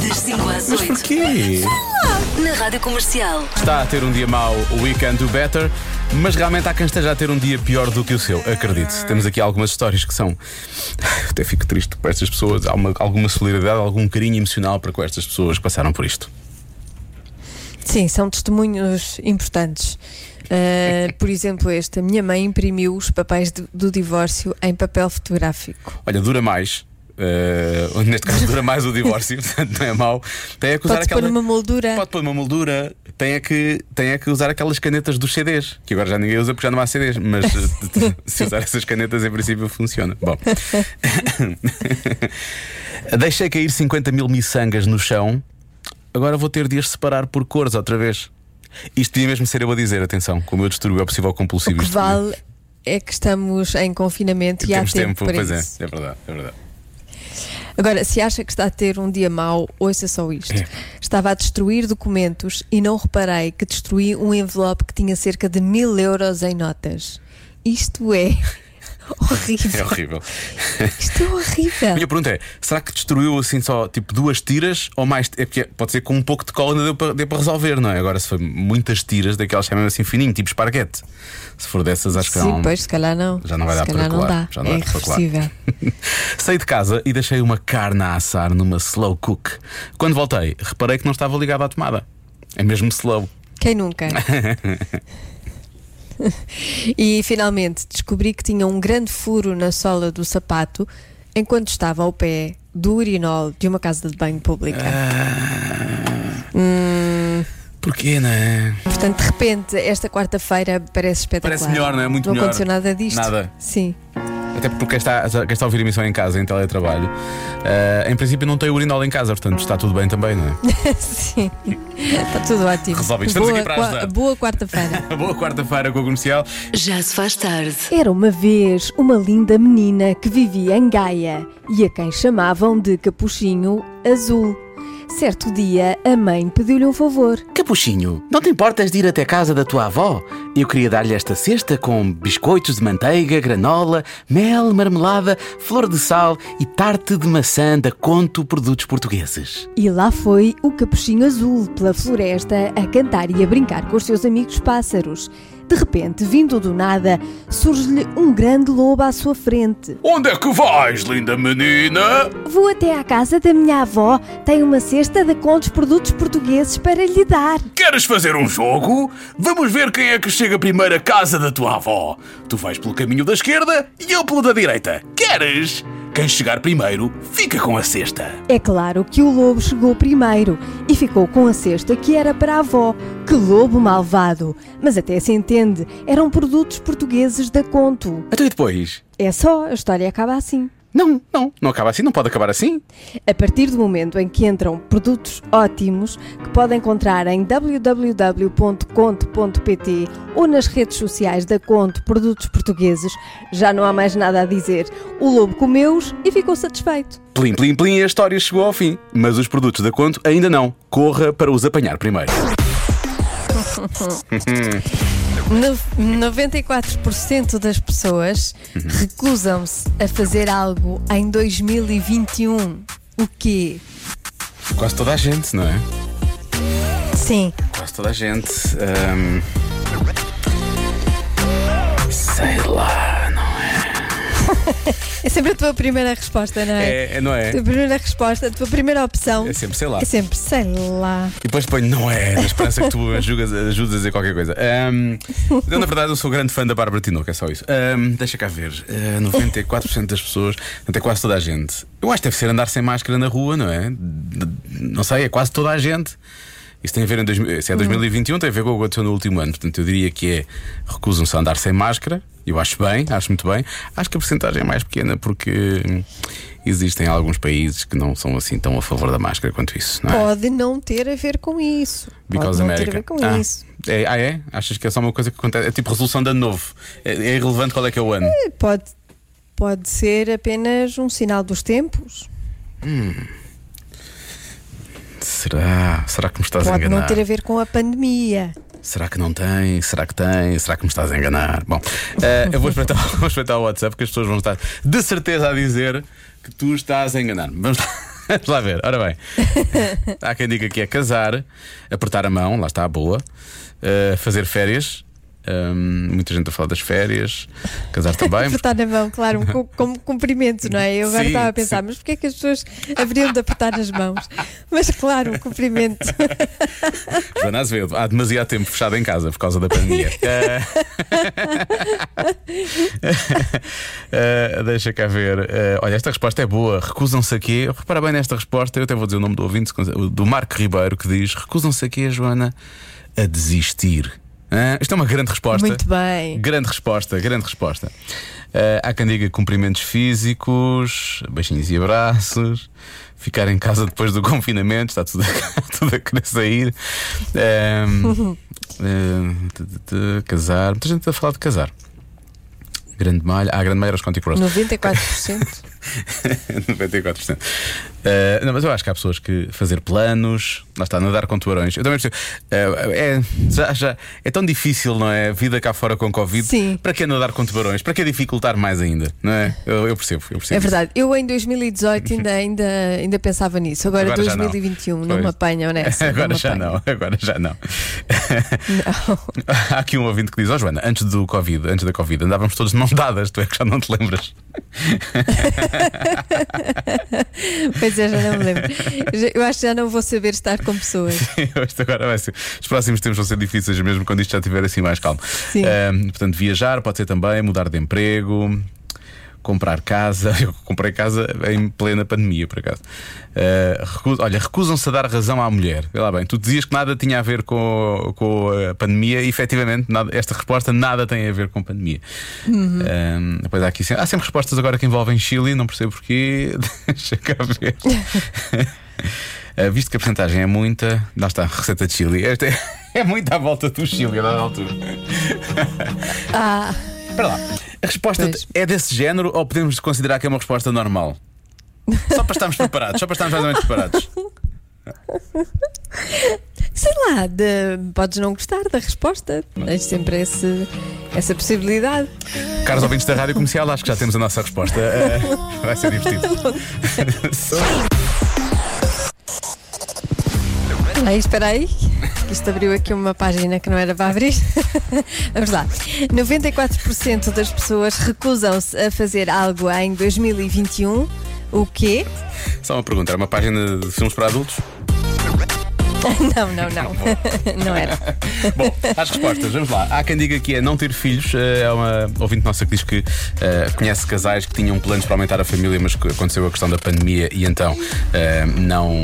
Das 5 às Mas 8, porquê? na rádio comercial. Está a ter um dia mau, o We Can Do Better, mas realmente há quem esteja a ter um dia pior do que o seu, acredite. Temos aqui algumas histórias que são. Até fico triste para estas pessoas. Há uma- alguma solidariedade, algum carinho emocional para com estas pessoas que passaram por isto. Sim, são testemunhos importantes. Uh, por exemplo, este: a minha mãe imprimiu os papéis do, do divórcio em papel fotográfico. Olha, dura mais. eh, neste caso, dura mais o divórcio, portanto, não é mau. Tem é que usar Pode-se aquela. pôr numa moldura. Pode pôr uma moldura, tem é, que, tem é que usar aquelas canetas dos CDs, que agora já ninguém usa porque já não há CDs, mas eh, se usar essas canetas em princípio funciona. Bom, deixei cair 50 mil miçangas no chão, agora vou ter de as separar por cores outra vez. Isto devia mesmo ser eu a dizer, atenção, como eu distúrbio é possível O compulsivo. que isto- vale é que estamos em confinamento e há Temos tempo, para pois isso. é, é verdade, é verdade. Agora, se acha que está a ter um dia mau, ouça só isto. É. Estava a destruir documentos e não reparei que destruí um envelope que tinha cerca de mil euros em notas. Isto é É horrível. horrível. Isto é horrível. A minha pergunta é: será que destruiu assim só tipo duas tiras ou mais? É porque pode ser com um pouco de cola ainda deu para, deu para resolver, não é? Agora, se foi muitas tiras daquelas que é mesmo assim fininho, tipo esparguete. Se for dessas, acho que Sim, há um- pois, se calhar não. Já não vai se dar para calhar não colar, dá. já não é dá para colar. irreversível. Saí de casa e deixei uma carne a assar numa slow cook. Quando voltei, reparei que não estava ligada à tomada. É mesmo slow. Quem nunca? e finalmente descobri que tinha um grande furo na sola do sapato enquanto estava ao pé do urinol de uma casa de banho pública. Ah. Porquê, não é? Portanto, de repente, esta quarta-feira parece espetacular. Parece melhor, não é? Muito não melhor. aconteceu nada disto. Nada. Sim. Até porque quem está, quem está a ouvir a emissão em casa, em teletrabalho, eh, em princípio não tem urinol em casa, portanto está tudo bem também, não é? Sim. Está tudo ótimo. Resolvido. Estamos boa, aqui para qua- ajudar. Boa quarta-feira. Boa quarta-feira com a comercial. Já se faz tarde. Era uma vez uma linda menina que vivia em Gaia e a quem chamavam de Capuchinho Azul. Certo dia, a mãe pediu-lhe um favor. Capuchinho, não te importas de ir até casa da tua avó? Eu queria dar-lhe esta cesta com biscoitos de manteiga, granola, mel, marmelada, flor de sal e tarte de maçã da Conto Produtos Portugueses. E lá foi o Capuchinho Azul pela floresta a cantar e a brincar com os seus amigos pássaros. De repente, vindo do nada, surge-lhe um grande lobo à sua frente. Onde é que vais, linda menina? Vou até à casa da minha avó, tem uma cesta de contos produtos portugueses para lhe dar. Queres fazer um jogo? Vamos ver quem é que chega primeiro à casa da tua avó. Tu vais pelo caminho da esquerda e eu pelo da direita. Queres? Quem chegar primeiro fica com a cesta. É claro que o lobo chegou primeiro e ficou com a cesta que era para a avó. Que lobo malvado! Mas até se entende, eram produtos portugueses da Conto. Então Até depois? É só, a história acaba assim. Não, não, não acaba assim, não pode acabar assim. A partir do momento em que entram produtos ótimos que podem encontrar em www.conto.pt ou nas redes sociais da Conto Produtos Portugueses, já não há mais nada a dizer. O lobo comeu-os e ficou satisfeito. Plim, plim, plim, a história chegou ao fim. Mas os produtos da Conto ainda não. Corra para os apanhar primeiro. No- 94% das pessoas Uhum. recusam-se a fazer algo em 2021. O quê? Quase toda a gente, não é? Sim, Quase toda a gente. hum, Sei lá. é sempre a tua primeira resposta, não é? É, é, não é? A tua primeira resposta, a tua primeira opção É sempre, sei lá. é sempre, sei lá. E depois ponho, não é, na esperança que tu me ajudas, ajudas a dizer qualquer coisa. Ahm, eu, na verdade, eu sou grande fã da Bárbara Tinoco, é só isso. Ahm, deixa cá ver. Ah, 94% das pessoas, até quase toda a é gente. Eu acho que deve ser andar sem máscara na rua, não é? De- Não sei, é quase toda a gente. Isso tem a ver em dois, isso é 2021, tem a ver com o que aconteceu no último ano. Portanto, eu diria que é recusam-se a andar sem máscara. Eu acho bem, acho muito bem. Acho que a porcentagem é mais pequena porque hum, existem alguns países que não são assim tão a favor da máscara quanto isso, não é? Pode não ter a ver com isso. Because Pode não America. ter a ver com ah, isso. É, ah, é? Achas que é só uma coisa que acontece? É tipo resolução de ano novo. É, é irrelevante qual é que é o ano. Pode, pode ser apenas um sinal dos tempos. Será? Será que me estás a Pode enganar? não ter a ver com a pandemia. Será que não tem? Será que tem? Será que me estás a enganar? Bom, eh, eu vou espreitar, vou espreitar o WhatsApp porque as pessoas vão estar de certeza a dizer que tu estás a enganar. Vamos lá. Vamos lá ver, ora bem. Há quem diga que é casar, apertar a mão, lá está a boa, eh, fazer férias. Hum, muita gente a falar das férias, casar também. apertar na mão, claro, um cu- como cumprimento, não é? Eu agora Sim, estava a pensar, sim. mas porquê é que as pessoas haveriam de apertar as mãos? Mas claro, um cumprimento. Joana Azevedo, há demasiado tempo fechado em casa por causa da pandemia. Eh, eh, deixa cá ver. Eh, olha, esta resposta é boa. Recusam-se aqui. Repara bem nesta resposta. Eu até vou dizer o nome do ouvinte, do Marco Ribeiro, que diz: Recusam-se aqui, Joana, a desistir. Hã? isto é uma grande resposta. Muito bem. Grande resposta, grande resposta. Eh, há quem diga cumprimentos físicos, beijinhos e abraços, ficar em casa depois do confinamento, está tudo a, tudo a querer sair. Ehm, eh, t- t- t- casar, muita gente a falar de casar. Grande malha, ah, grande malha era os Conti Cross. 94%. 94%. Eh, não, mas eu acho que há pessoas que fazer planos, lá está, nadar com tubarões. Eu também percebo. Eh, é, já, já- é tão difícil, não é? A vida cá fora com Covid. Sim. Para que nadar com tubarões? Para que dificultar mais ainda? Não é? Eu, eu percebo, eu percebo. É verdade. Eu em 2018 ainda, ainda, ainda pensava nisso. Agora, Agora já não. 2021 não. Pois. me apanham nessa. Agora me já apanham. não, agora já não. Não. Há aqui um ouvinte que diz: Ó Joana, antes do Covid, antes da Covid, andávamos todos de mãos dadas, tu é que já não te lembras. Pois é, já não me lembro. Já- Eu acho que já não vou saber estar com pessoas. Isto agora vai ser. Os próximos tempos vão ser difíceis, mesmo quando isto já estiver assim mais calmo. Sim. Ahm, portanto, viajar pode ser também, mudar de emprego, comprar casa. Eu comprei casa em plena pandemia, por acaso. Ah, recu- Olha, recusam-se a dar razão à mulher. Vê lá bem, tu dizias que nada tinha a ver com, com a pandemia, e efetivamente, nada- esta resposta nada tem a ver com pandemia. Ahm, depois há aqui sempre, há sempre respostas agora que envolvem Chile, não percebo porquê. Deixa cá ver. Uh, visto que a porcentagem é muita, lá está, receita de Chile. Esta é, é muito à volta do Chile a dada altura. Ah, Espera lá, a resposta Pois. é desse género ou podemos considerar que é uma resposta normal? Só para estarmos preparados, só para estarmos mais ou menos preparados. sei lá, de- podes não gostar da resposta. Tens sempre esse- essa possibilidade. Caros ouvintes da rádio comercial, acho que já temos a nossa resposta. Uh, vai ser divertido. Aí, é espera aí, que isto abriu aqui uma página que não era para abrir. Vamos lá. 94% das pessoas recusam-se a fazer algo em 2021. O quê? Só uma pergunta: era uma página de filmes para adultos? Não, não, não. Não era. Bom, às respostas, vamos lá. Há quem diga que é não ter filhos. Eh, É uma ouvinte nossa que diz que eh, conhece casais que tinham planos para aumentar a família, mas que aconteceu a questão da pandemia e então eh, não,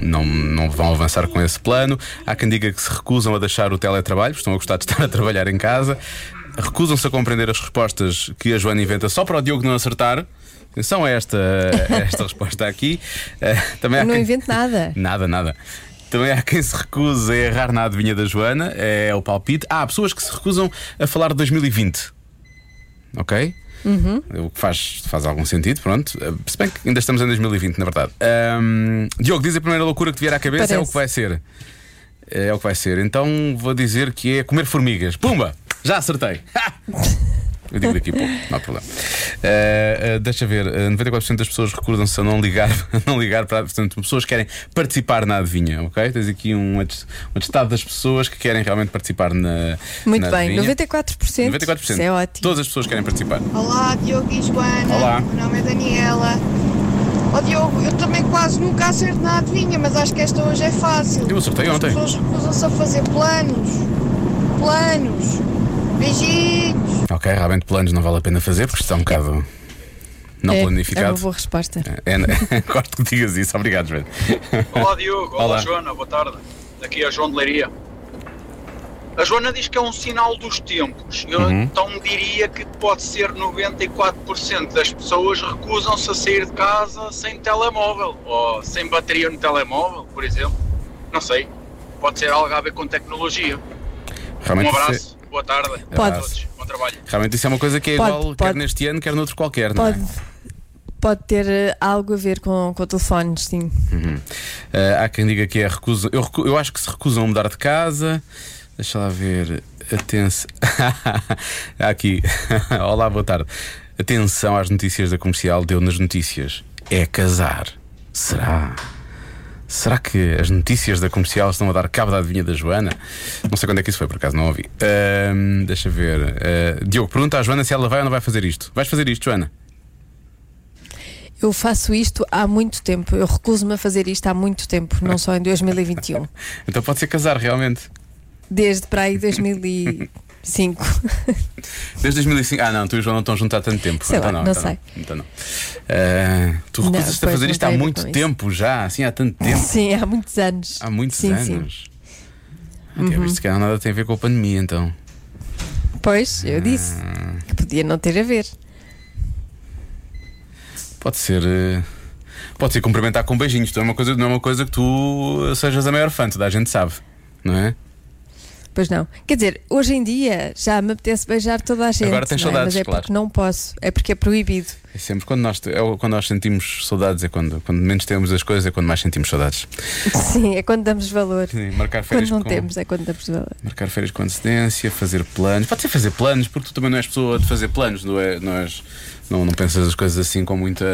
não, não vão avançar com esse plano. Há quem diga que se recusam a deixar o teletrabalho, porque estão a gostar de estar a trabalhar em casa. Recusam-se a compreender as respostas que a Joana inventa só para o Diogo não acertar. Atenção a esta, a esta resposta aqui. Eh, também há Eu não quem- invento nada. Nada, nada. Também há quem se recusa a errar na adivinha da Joana, é o palpite. Há pessoas que se recusam a falar de 2020. Ok? O que faz, faz algum sentido, pronto. Uh, Se bem que ainda estamos em 2020, na verdade. Ahm, Diogo, diz a primeira loucura que te vier à cabeça, é o Parece. que vai ser. É o que vai ser. Então vou dizer que é comer formigas. Pumba! Já acertei! Ha! Eu digo daqui a pouco, não há problema. Eh, eh, deixa ver, eh, 94% das pessoas recordam-se a não ligar, a não ligar para. Portanto, pessoas que querem participar na adivinha, ok? Tens aqui um, atest- um atestado das pessoas que querem realmente participar na. Muito na bem, adivinha. 94%. 94%. Isso é ótimo. Todas as pessoas querem participar. Olá, Diogo e Joana. Olá. Meu nome é Daniela. Ó Diogo, eu também quase nunca acerto na adivinha, mas acho que esta hoje é fácil. Eu acertei As ontem. pessoas recusam-se a fazer planos. Planos. Beijinhos. Ok, realmente planos não vale a pena fazer porque está um bocado. Não é, É uma planificado. né? boa resposta. É, é- gosto que digas isso, obrigado, Joana. Olá Diogo, olá, Olá. Joana, boa tarde. Aqui é João de Leiria. A Joana diz que é um sinal dos tempos. Eu então diria que pode ser 94% das pessoas recusam-se a sair de casa sem telemóvel ou sem bateria no telemóvel, por exemplo. Não sei. Pode ser algo a ver com tecnologia. Realmente, um isso abraço, boa tarde. Pode. a todos. Bom trabalho. é, realmente isso é uma coisa que é Pode, igual, quer pode. neste ano, quer noutro qualquer, não é? Pode, pode ter eh, algo a ver com, com telefones, sim. Ah, há quem diga que é recusa. Eu, recu- eu acho que se recusam a mudar de casa. Deixa lá ver. Atenção. Há aqui. Olá, boa tarde. Atenção às notícias da comercial. Deu nas notícias. É casar. Será? Será que as notícias da comercial estão a dar cabo da adivinha da Joana? Não sei quando é que isso foi, por acaso, não ouvi. Ahm, deixa ver. Ah, Diogo, pergunta à Joana se ela vai ou não vai fazer isto. Vais fazer isto, Joana? Eu faço isto há muito tempo. Eu recuso-me a fazer isto há muito tempo, não só em 2021. Então pode ser casar, realmente. Desde para aí 2005. Desde 2005. Ah, não, tu e o João não estão juntos há tanto tempo. Sei então lá, não, não então sei. Não. Então não. Ah, tu Não, recusas-te a pois, fazer não isto há tem a ver muito com tempo já, assim, há tanto tempo. Sim, há muitos anos. Há muitos sim, Uhum. Sim. anos. Ah, Diogo, Isto se calhar nada tem a ver com a pandemia, então. Pois, eu disse que podia não ter a ver. Pode ser. eh, Pode ser cumprimentar com beijinhos. Não é uma coisa, não é uma coisa que tu sejas a maior fã, toda a gente sabe, não é? Pois não. Quer dizer, hoje em dia já me apetece beijar toda a gente. Agora tens não é? saudades, Mas é claro. porque não posso. É porque é proibido. É sempre quando nós, é o- quando nós sentimos saudades, é quando, quando menos temos as coisas, é quando mais sentimos saudades. Sim, é quando damos valor. Sim, marcar Quando férias não com, temos, é quando damos valor. Marcar férias com antecedência, fazer planos. Pode ser fazer planos, porque tu também não és pessoa de fazer planos, não é? Não, és- não, não pensas as coisas assim com muita.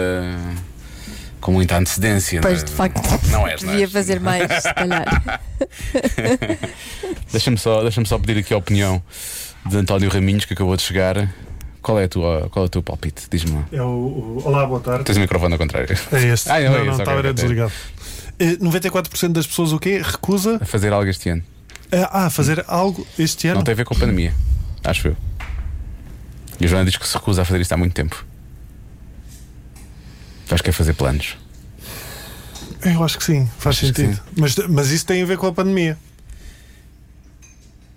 com muita antecedência. não Pois, é? de facto, Não és, não é? devia és. fazer mais, se calhar. Deixa-me só, deixa só pedir aqui a opinião de António Raminhos, que acabou de chegar. Qual é, a tua, qual é o teu palpite? Diz-me lá. É o, o- Olá, boa tarde. Tens o microfone ao contrário. É este. Ah, é, não, é não, esse, ok, estava era ok. desligado. Eh, 94% das pessoas o quê? Recusa A fazer algo este ano. a, a fazer algo este ano. Não tem a ver com a pandemia, acho eu. E a Joana diz que se recusa a fazer isto há muito tempo. Acho que é fazer planos. Eu acho que sim, faz Achas que sentido. sim? Mas, mas isso tem a ver com a pandemia.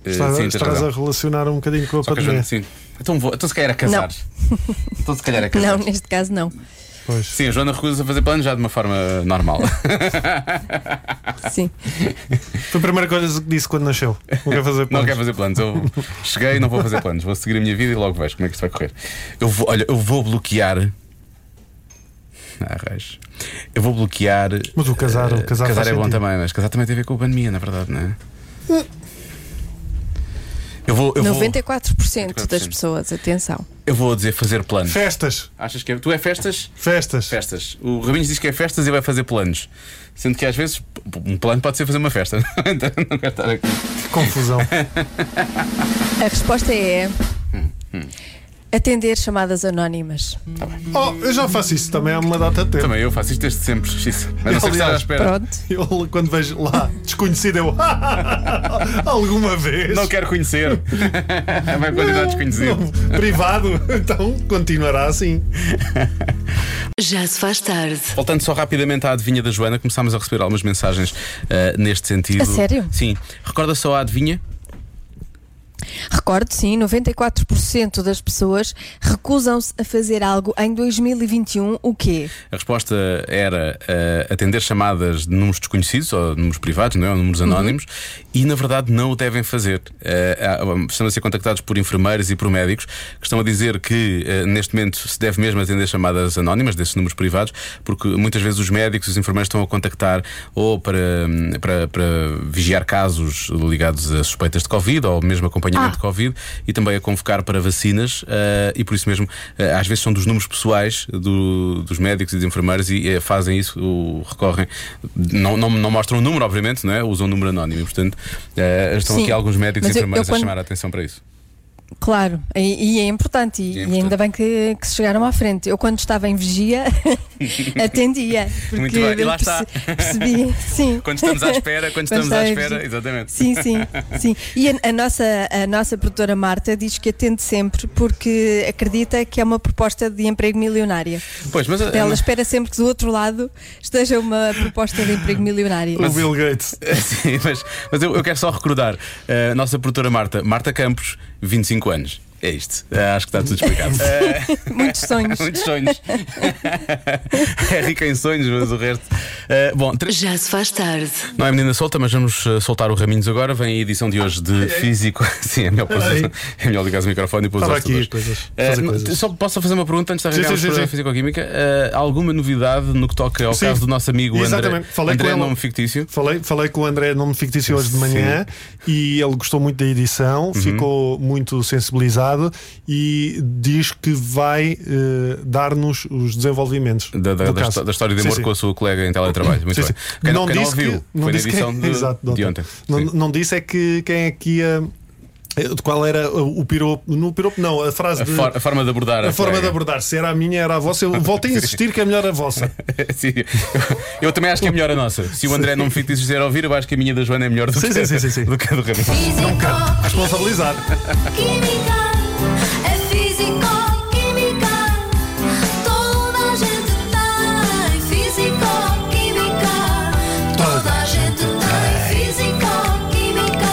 Eh, Estás, sim, tens estás razão. a relacionar um bocadinho com a Só que a Joana, pandemia. sim. Então, vou, então se calhar é casar. Então se calhar é Não, casar. neste caso não. Pois. Sim, a Joana recusa fazer planos já de uma forma normal. Sim. Foi a primeira coisa que disse quando nasceu. Não quer fazer não planos. quer fazer planos. Eu cheguei e não vou fazer planos. Vou seguir a minha vida e logo vejo como é que isto vai correr. Eu vou, olha, eu vou bloquear. Ah, raios. Eu vou bloquear. Mas o casar, o eh, casar faz é bom sentido. também, mas casar também tem a ver com a pandemia, na verdade, não é? Eu vou, eu, vou, 94% das 94%. pessoas, atenção. eu vou dizer fazer planos. Festas, Achas que é? Tu é festas? festas. Festas. O Rabinhos diz que é festas e vai fazer planos. Sendo que às vezes p- um plano pode ser fazer uma festa. Então, não quero estar aqui. Confusão. A resposta é. Hum, Atender chamadas anónimas. oh, eu já faço isso também há uma data de tempo. Também eu faço isto desde sempre, justiça. Mas não sei que estás Aliás, à espera. Pronto. Eu quando vejo lá desconhecido, eu. Alguma vez. Não quero conhecer. É vai continuar desconhecido. Não, privado, então continuará assim. Já se faz tarde. Voltando só rapidamente à adivinha da Joana, começámos a receber algumas mensagens ah, neste sentido. A sério? Sim. Recorda só a adivinha? Recordo, sim, 94% das pessoas recusam-se a fazer algo em 2021. O quê? A resposta era ah, atender chamadas de números desconhecidos ou números privados, não é? Ou números anónimos, e na verdade não o devem fazer. Ah, ah, estão a ser contactados por enfermeiros e por médicos que estão a dizer que ah, neste momento se deve mesmo atender chamadas anónimas desses números privados, porque muitas vezes os médicos e os enfermeiros estão a contactar ou para, hum, para, para vigiar casos ligados a suspeitas de Covid ou mesmo acompanhamento Ah. de Covid e também a convocar para vacinas ah, e por isso mesmo ah, às vezes são dos números pessoais do- dos médicos e dos enfermeiros e eh, fazem isso, o- recorrem, não, não, não mostram o número, obviamente, não é? usam o número anónimo e portanto ah, estão Sim, aqui alguns médicos e mas eu- eu enfermeiros quando- a chamar a atenção para isso. Claro, e, e é importante, e, É e importante. ainda bem que, que se chegaram à frente. Eu, quando estava em vigia, atendia, porque Muito bem, e lá eu perce- está. percebi, sim. Quando estamos à espera, quando estamos à estava em espera, vigia. exatamente. Sim, sim, sim. E a, a nossa, a nossa produtora Marta diz que atende sempre porque acredita que é uma proposta de emprego milionária. Pois, mas. eh, Ela espera sempre que do outro lado esteja uma proposta de emprego milionária. O Bill Gates. Sim, mas, mas eu, eu quero só recordar eh, a nossa produtora Marta, Marta Campos, 25 anos. É isto. Ah, acho que está tudo explicado. Eh, Muitos sonhos. Muitos sonhos. é rica em sonhos, mas o resto. Eh, bom, três. Já se faz tarde. Não é menina solta, mas vamos eh, soltar o Raminhos agora. Vem a edição de hoje de Físico. Sim, é melhor, pôr- Ai. é melhor ligar o microfone e pôr os Estava aqui, outros. coisas, Eh, fazer não, coisas. Só posso fazer uma pergunta antes de Sim, arrancarmos sim, sim, para a sim. Fisicoquímica? Eh, alguma novidade no que toca ao Sim. caso do nosso amigo André? Exatamente. Falei André com é ela. nome fictício. Falei, falei com o André nome fictício hoje de manhã e ele gostou muito da edição, Uhum. ficou muito sensibilizado e diz que vai eh, dar-nos os desenvolvimentos Da, da- do da caso. histó- da história de Sim, amor sim. com a sua colega em teletrabalho. Muito Sim, bem. sim. Quem não quem disse não ouviu, que, não foi na disse edição quem, de, exato, de ontem. Não, Sim. não disse é que quem é que ia. eh, de Qual era o piropo? No piropo, não, a frase a, de. for- a forma de abordar a forma de colega. abordar, se era a minha, era a vossa. Eu voltei a insistir que é melhor a vossa. Sim. Eu também acho que é melhor a nossa. Se o André não me fica dizer ouvir, eu acho que a minha da Joana é melhor do, Sim, que, sim, sim, sim, sim. do que a do Rabinho. Responsabilizar. Química é físico, química. Toda a gente tem físico, química. Toda a gente tem físico, química.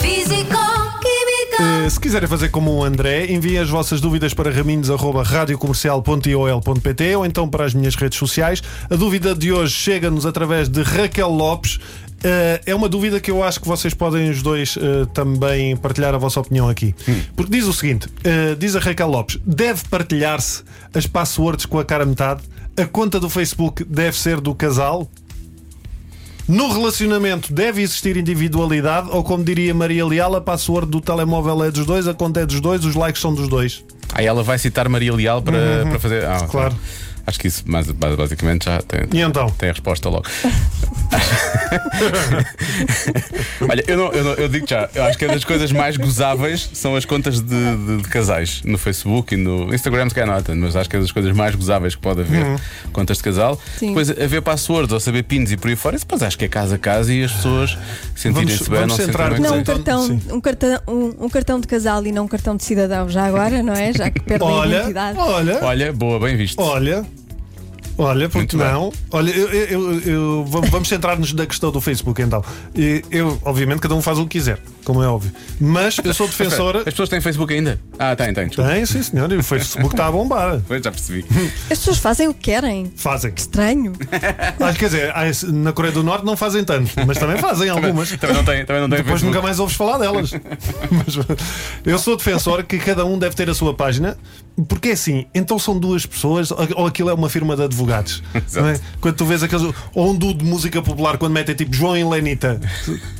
Físico, química. Eh, se quiserem fazer como o André, enviem as vossas dúvidas para raminhos.radiocomercial.iol.pt ou então para as minhas redes sociais. A dúvida de hoje chega-nos através de Raquel Lopes. Eh, é uma dúvida que eu acho que vocês podem os dois eh, também partilhar a vossa opinião aqui. Porque diz o seguinte: eh, diz a Raquel Lopes, deve partilhar-se as passwords com a cara metade? A conta do Facebook deve ser do casal? No relacionamento deve existir individualidade ou, como diria Maria Leal, a password do telemóvel é dos dois, a conta é dos dois, os likes são dos dois. Aí Ah, ela vai citar Maria Leal para, para fazer. Ah, ok. Uhum, Claro. Acho que isso mas- mas- basicamente já tem, E então? tem a resposta logo. Olha, eu, não- eu não- eu digo já, eu acho que é das coisas mais gozáveis são as contas de, de- de casais no Facebook e no Instagram, se calhar não há tanto, mas acho que é das coisas mais gozáveis que pode haver. Uhum. Contas de casal, Sim. depois haver passwords ou saber pins e por aí fora, isso depois acho que é caso a caso e as pessoas sentirem-se bem, vamos não se centrar- sentirem bem. Não, com um isso. cartão, Sim. um, cartão, um, um cartão de casal e não um cartão de cidadão, já agora, não é? Já que perde a Olha, identidade. olha, Olha, boa, bem visto. olha, olha, Muito porque bem. não? Olha, eu, eu- eu- eu- vamos vamos centrar-nos na questão do Facebook então. E Eu, obviamente, cada um faz o que quiser, como é óbvio. Mas eu sou defensora. As pessoas têm Facebook ainda? Ah, tem, tem. desculpa. Tem, sim senhor, e o Facebook está a bombar. Pois, Já percebi. As pessoas fazem o que querem. Fazem. Estranho. Ah, quer dizer, na Coreia do Norte não fazem tanto, mas também fazem algumas. Também não tem, também não tem Depois Facebook. nunca mais ouves falar delas. Mas, eu sou defensor que cada um deve ter a sua página, porque é assim, então são duas pessoas, ou aquilo é uma firma de advogados. não é? Quando tu vês aqueles. Ou um duo de música popular, quando metem tipo João e Lenita.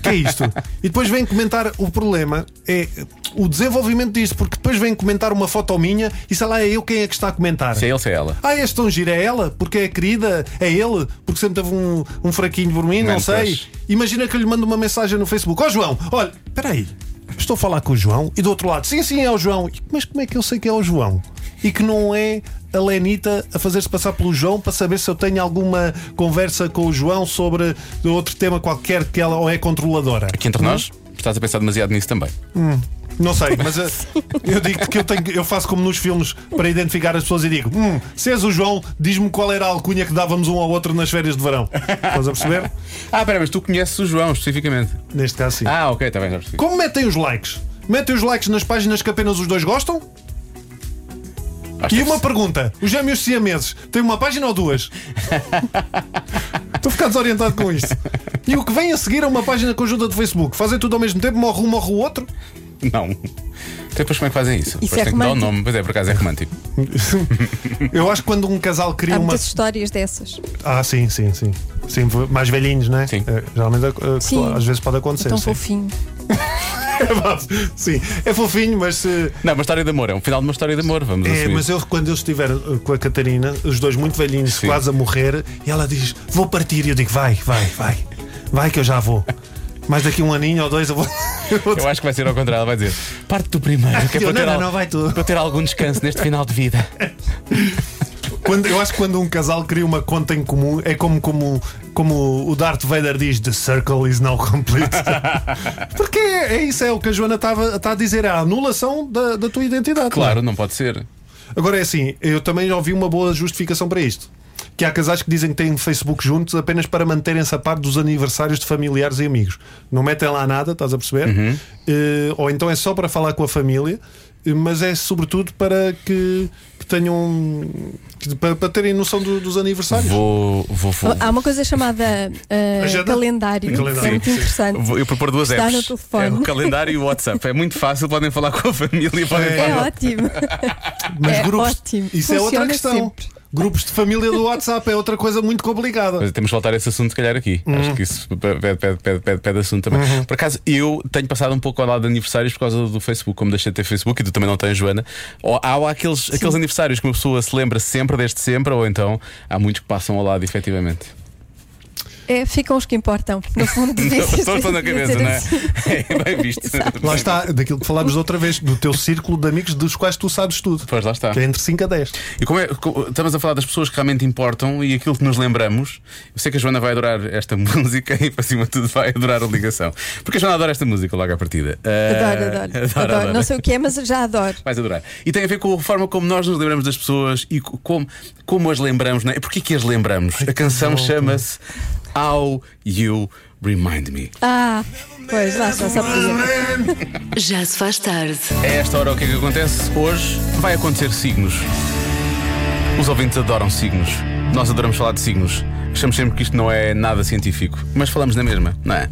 Que é isto? E depois vêm comentar o problema, é o desenvolvimento disto, porque depois vêm comentar uma foto minha e sei lá, é eu quem é que está a comentar. Se é ele, se é ela. Ah, este tão giro é ela? Porque é querida? É ele? Porque sempre teve um, um fraquinho por mim? Man Não sei. crush. Imagina que eu lhe mando uma mensagem no Facebook: Ó João, olha, peraí, estou a falar com o João e do outro lado, sim, sim, é o João. E, Mas como é que eu sei que é o João? E que não é a Lenita a fazer-se passar pelo João para saber se eu tenho alguma conversa com o João sobre outro tema qualquer que ela ou é controladora? Aqui entre nós, estás a pensar demasiado nisso também. Não sei, mas eh, eu digo que eu, tenho, eu faço como nos filmes para identificar as pessoas e digo: hum, se és o João, diz-me qual era a alcunha que dávamos um ao outro nas férias de verão. Estás a perceber? Ah, pera, mas tu conheces o João especificamente. Neste caso, sim. Ah, ok, está bem, já percebi. Como metem os likes? Metem os likes nas páginas que apenas os dois gostam? Acho E que uma sim. pergunta: os gêmeos siameses têm uma página ou duas? Estou a ficar desorientado com isto. E o que vem a seguir é uma página conjunta do Facebook? Fazem tudo ao mesmo tempo, morre um, morre o outro? Não. Então, Depois como é que fazem isso? Isso depois é tem que dar o romântico. nome, pois é, por acaso é romântico. Eu acho que quando um casal cria Há uma. muitas histórias dessas. Ah, sim, sim, sim. Sim, mais velhinhos, né? Sim. É, geralmente é, é, Sim. às vezes pode acontecer. Tão sim. É fofinho. sim, é fofinho, mas se. Não, uma história de amor, é um final de uma história de amor, vamos É, assumir. mas eu quando eu estiver uh, com a Catarina, os dois muito velhinhos, Sim. quase a morrer, e ela diz: Vou partir. E eu digo: Vai, vai, vai, vai que eu já vou. Mas daqui um aninho ou dois eu vou. eu vou- Eu acho que vai ser ao contrário, ela vai dizer parte do primeiro, que é para Eu, não, ter, não, al- não, vai tu. para ter algum descanso neste final de vida. Quando, eu acho que quando um casal cria uma conta em comum, é como, como, como o Darth Vader diz: The circle is now complete. Porque é, é isso, é o que a Joana estava está a dizer: é a anulação da, da tua identidade. Claro, não pode ser. Agora é assim, eu também ouvi uma boa justificação para isto. Que há casais que dizem que têm Facebook juntos apenas para manterem-se a par dos aniversários de familiares e amigos. Não metem lá nada, estás a perceber? Uhum. Eh, ou então é só para falar com a família, eh, mas é sobretudo para que, que tenham. que- para, para terem noção do- dos aniversários. Vou, vou, vou, Há uma coisa chamada ah, Agenda? calendário, Calendário, que é muito sim. interessante. vou- eu propor duas Está apps. no telefone. É o calendário e o WhatsApp. É muito fácil, podem falar com a família, podem É falar. ótimo. Mas é grupos. ótimo. Isso é outra Funciona questão. sempre. Grupos de família do WhatsApp é outra coisa muito complicada. Mas temos que voltar a esse assunto, se calhar, aqui. Acho Uhum. que isso pede, pede, pede, pede, pede assunto também. Por acaso, eu tenho passado um pouco ao lado de aniversários por causa do Facebook, como deixei de ter Facebook e tu também não tens, Joana. Ou, há há aqueles, aqueles aniversários que uma pessoa se lembra sempre, desde sempre, ou então há muitos que passam ao lado, efetivamente. É, ficam os que importam. No fundo, devia ser- Estou na devia cabeça, ser não é? assim. É bem visto. Lá está, daquilo que falámos da outra vez, do teu círculo de amigos dos quais tu sabes tudo. Pois lá está. Que é entre 5 a 10. E como é, co- estamos a falar das pessoas que realmente importam e aquilo que nos lembramos. Eu sei que a Joana vai adorar esta música e, para cima de tudo, vai adorar a ligação. Porque a Joana adora esta música logo à partida. Ah, Adoro, adoro, adoro. Não sei o que é, mas já adoro. Vais adorar. E tem a ver com a forma como nós nos lembramos das pessoas e co- como, como as lembramos, não é? Porquê que as lembramos? A canção chama-se How You Remind Me. Ah, pois, lá está, só podia. Já se faz tarde. A esta hora o que é que acontece? Hoje vai acontecer signos. Os ouvintes adoram signos. Nós adoramos falar de signos. Achamos sempre que isto não é nada científico, mas falamos na mesma, não é?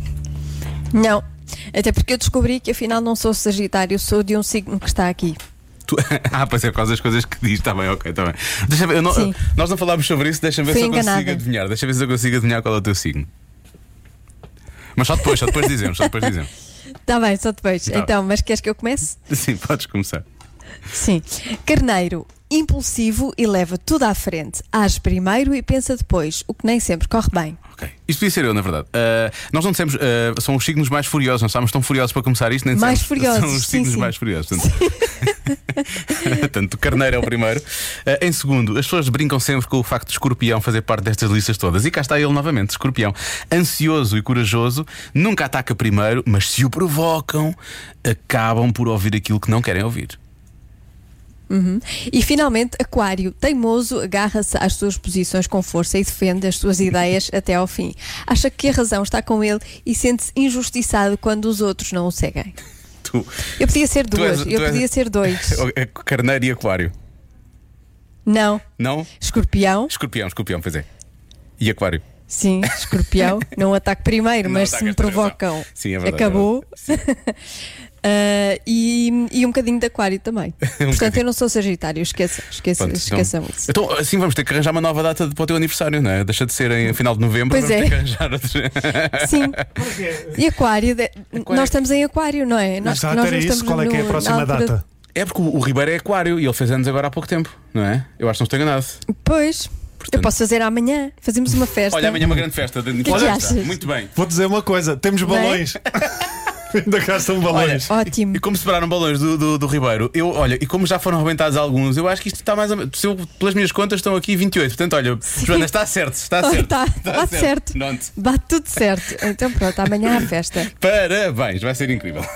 Não, até porque eu descobri que afinal não sou Sagitário, sou de um signo que está aqui. Tu- Ah, pois é, por causa das coisas que diz, está bem, ok, está bem. Deixa eu ver, eu não- Sim. nós não falámos sobre isso, deixa-me ver Fui se eu consigo enganada. adivinhar. Deixa-me ver se eu consigo adivinhar qual é o teu signo. Mas só depois, só depois dizemos, só depois dizemos. Está bem, só depois. Tá. Então, mas queres que eu comece? Sim, podes começar. Sim. Carneiro, impulsivo e leva tudo à frente. Age primeiro e pensa depois, o que nem sempre corre bem. Ok. Isto devia ser eu, na verdade. Ah, nós não dissemos, ah, são os signos mais furiosos, não estávamos tão furiosos para começar isto, nem Mais dissemos, furiosos, São os sim, signos sim. mais furiosos. Portanto, portanto, o carneiro é o primeiro. Ah, em segundo, as pessoas brincam sempre com o facto de escorpião fazer parte destas listas todas. E cá está ele novamente, escorpião. Ansioso e corajoso, nunca ataca primeiro, mas se o provocam, acabam por ouvir aquilo que não querem ouvir. E finalmente, Aquário, teimoso, agarra-se às suas posições com força e defende as suas ideias até ao fim. Acha que a razão está com ele e sente-se injustiçado quando os outros não o seguem. Tu, Eu podia ser tu duas, és- eu tu és- podia ser dois. Carneiro e aquário. Não. Não? Escorpião, Escorpião, escorpião, pois é. E aquário. sim, escorpião. não ataque primeiro, Não mas ataque se me esta provocam, razão. Sim, é verdade, acabou. Ah, e, e um bocadinho de aquário também. Portanto, Um bocadinho. eu não sou Sagitário, esqueça, esqueça, Pronto, esqueçam então, isso. então, assim vamos ter que arranjar uma nova data de- para o teu aniversário, não é? Deixa de ser em final de novembro, Pois vamos é. ter que arranjar outro. Sim. E aquário, de- nós estamos em aquário, não é? Nós, Exato, nós era não isso. estamos Qual é que é a no- próxima na altura- data? é porque o, o Ribeiro é aquário e ele fez anos agora há pouco tempo, não é? Eu acho que não estou enganado. Pois, eu posso fazer amanhã, fazemos uma festa. Olha, amanhã é uma grande festa de que Olha, achas? Muito bem. Vou dizer uma coisa: temos Bem. balões. Ainda cá estão balões. Ótimo. E como separaram balões do, do, do Ribeiro, eu, olha, e como já foram arrebentados alguns, eu acho que isto está mais ou menos. se eu- Pelas minhas contas estão aqui 28. Portanto, olha, Joana, está certo, está Oh, certo. tá, bate certo. Pronto. Bate tudo certo. Então pronto, amanhã há festa. Parabéns, vai ser incrível.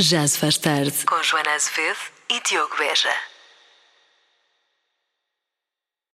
Já se faz tarde. Com Joana Azevedo e Diogo Beja.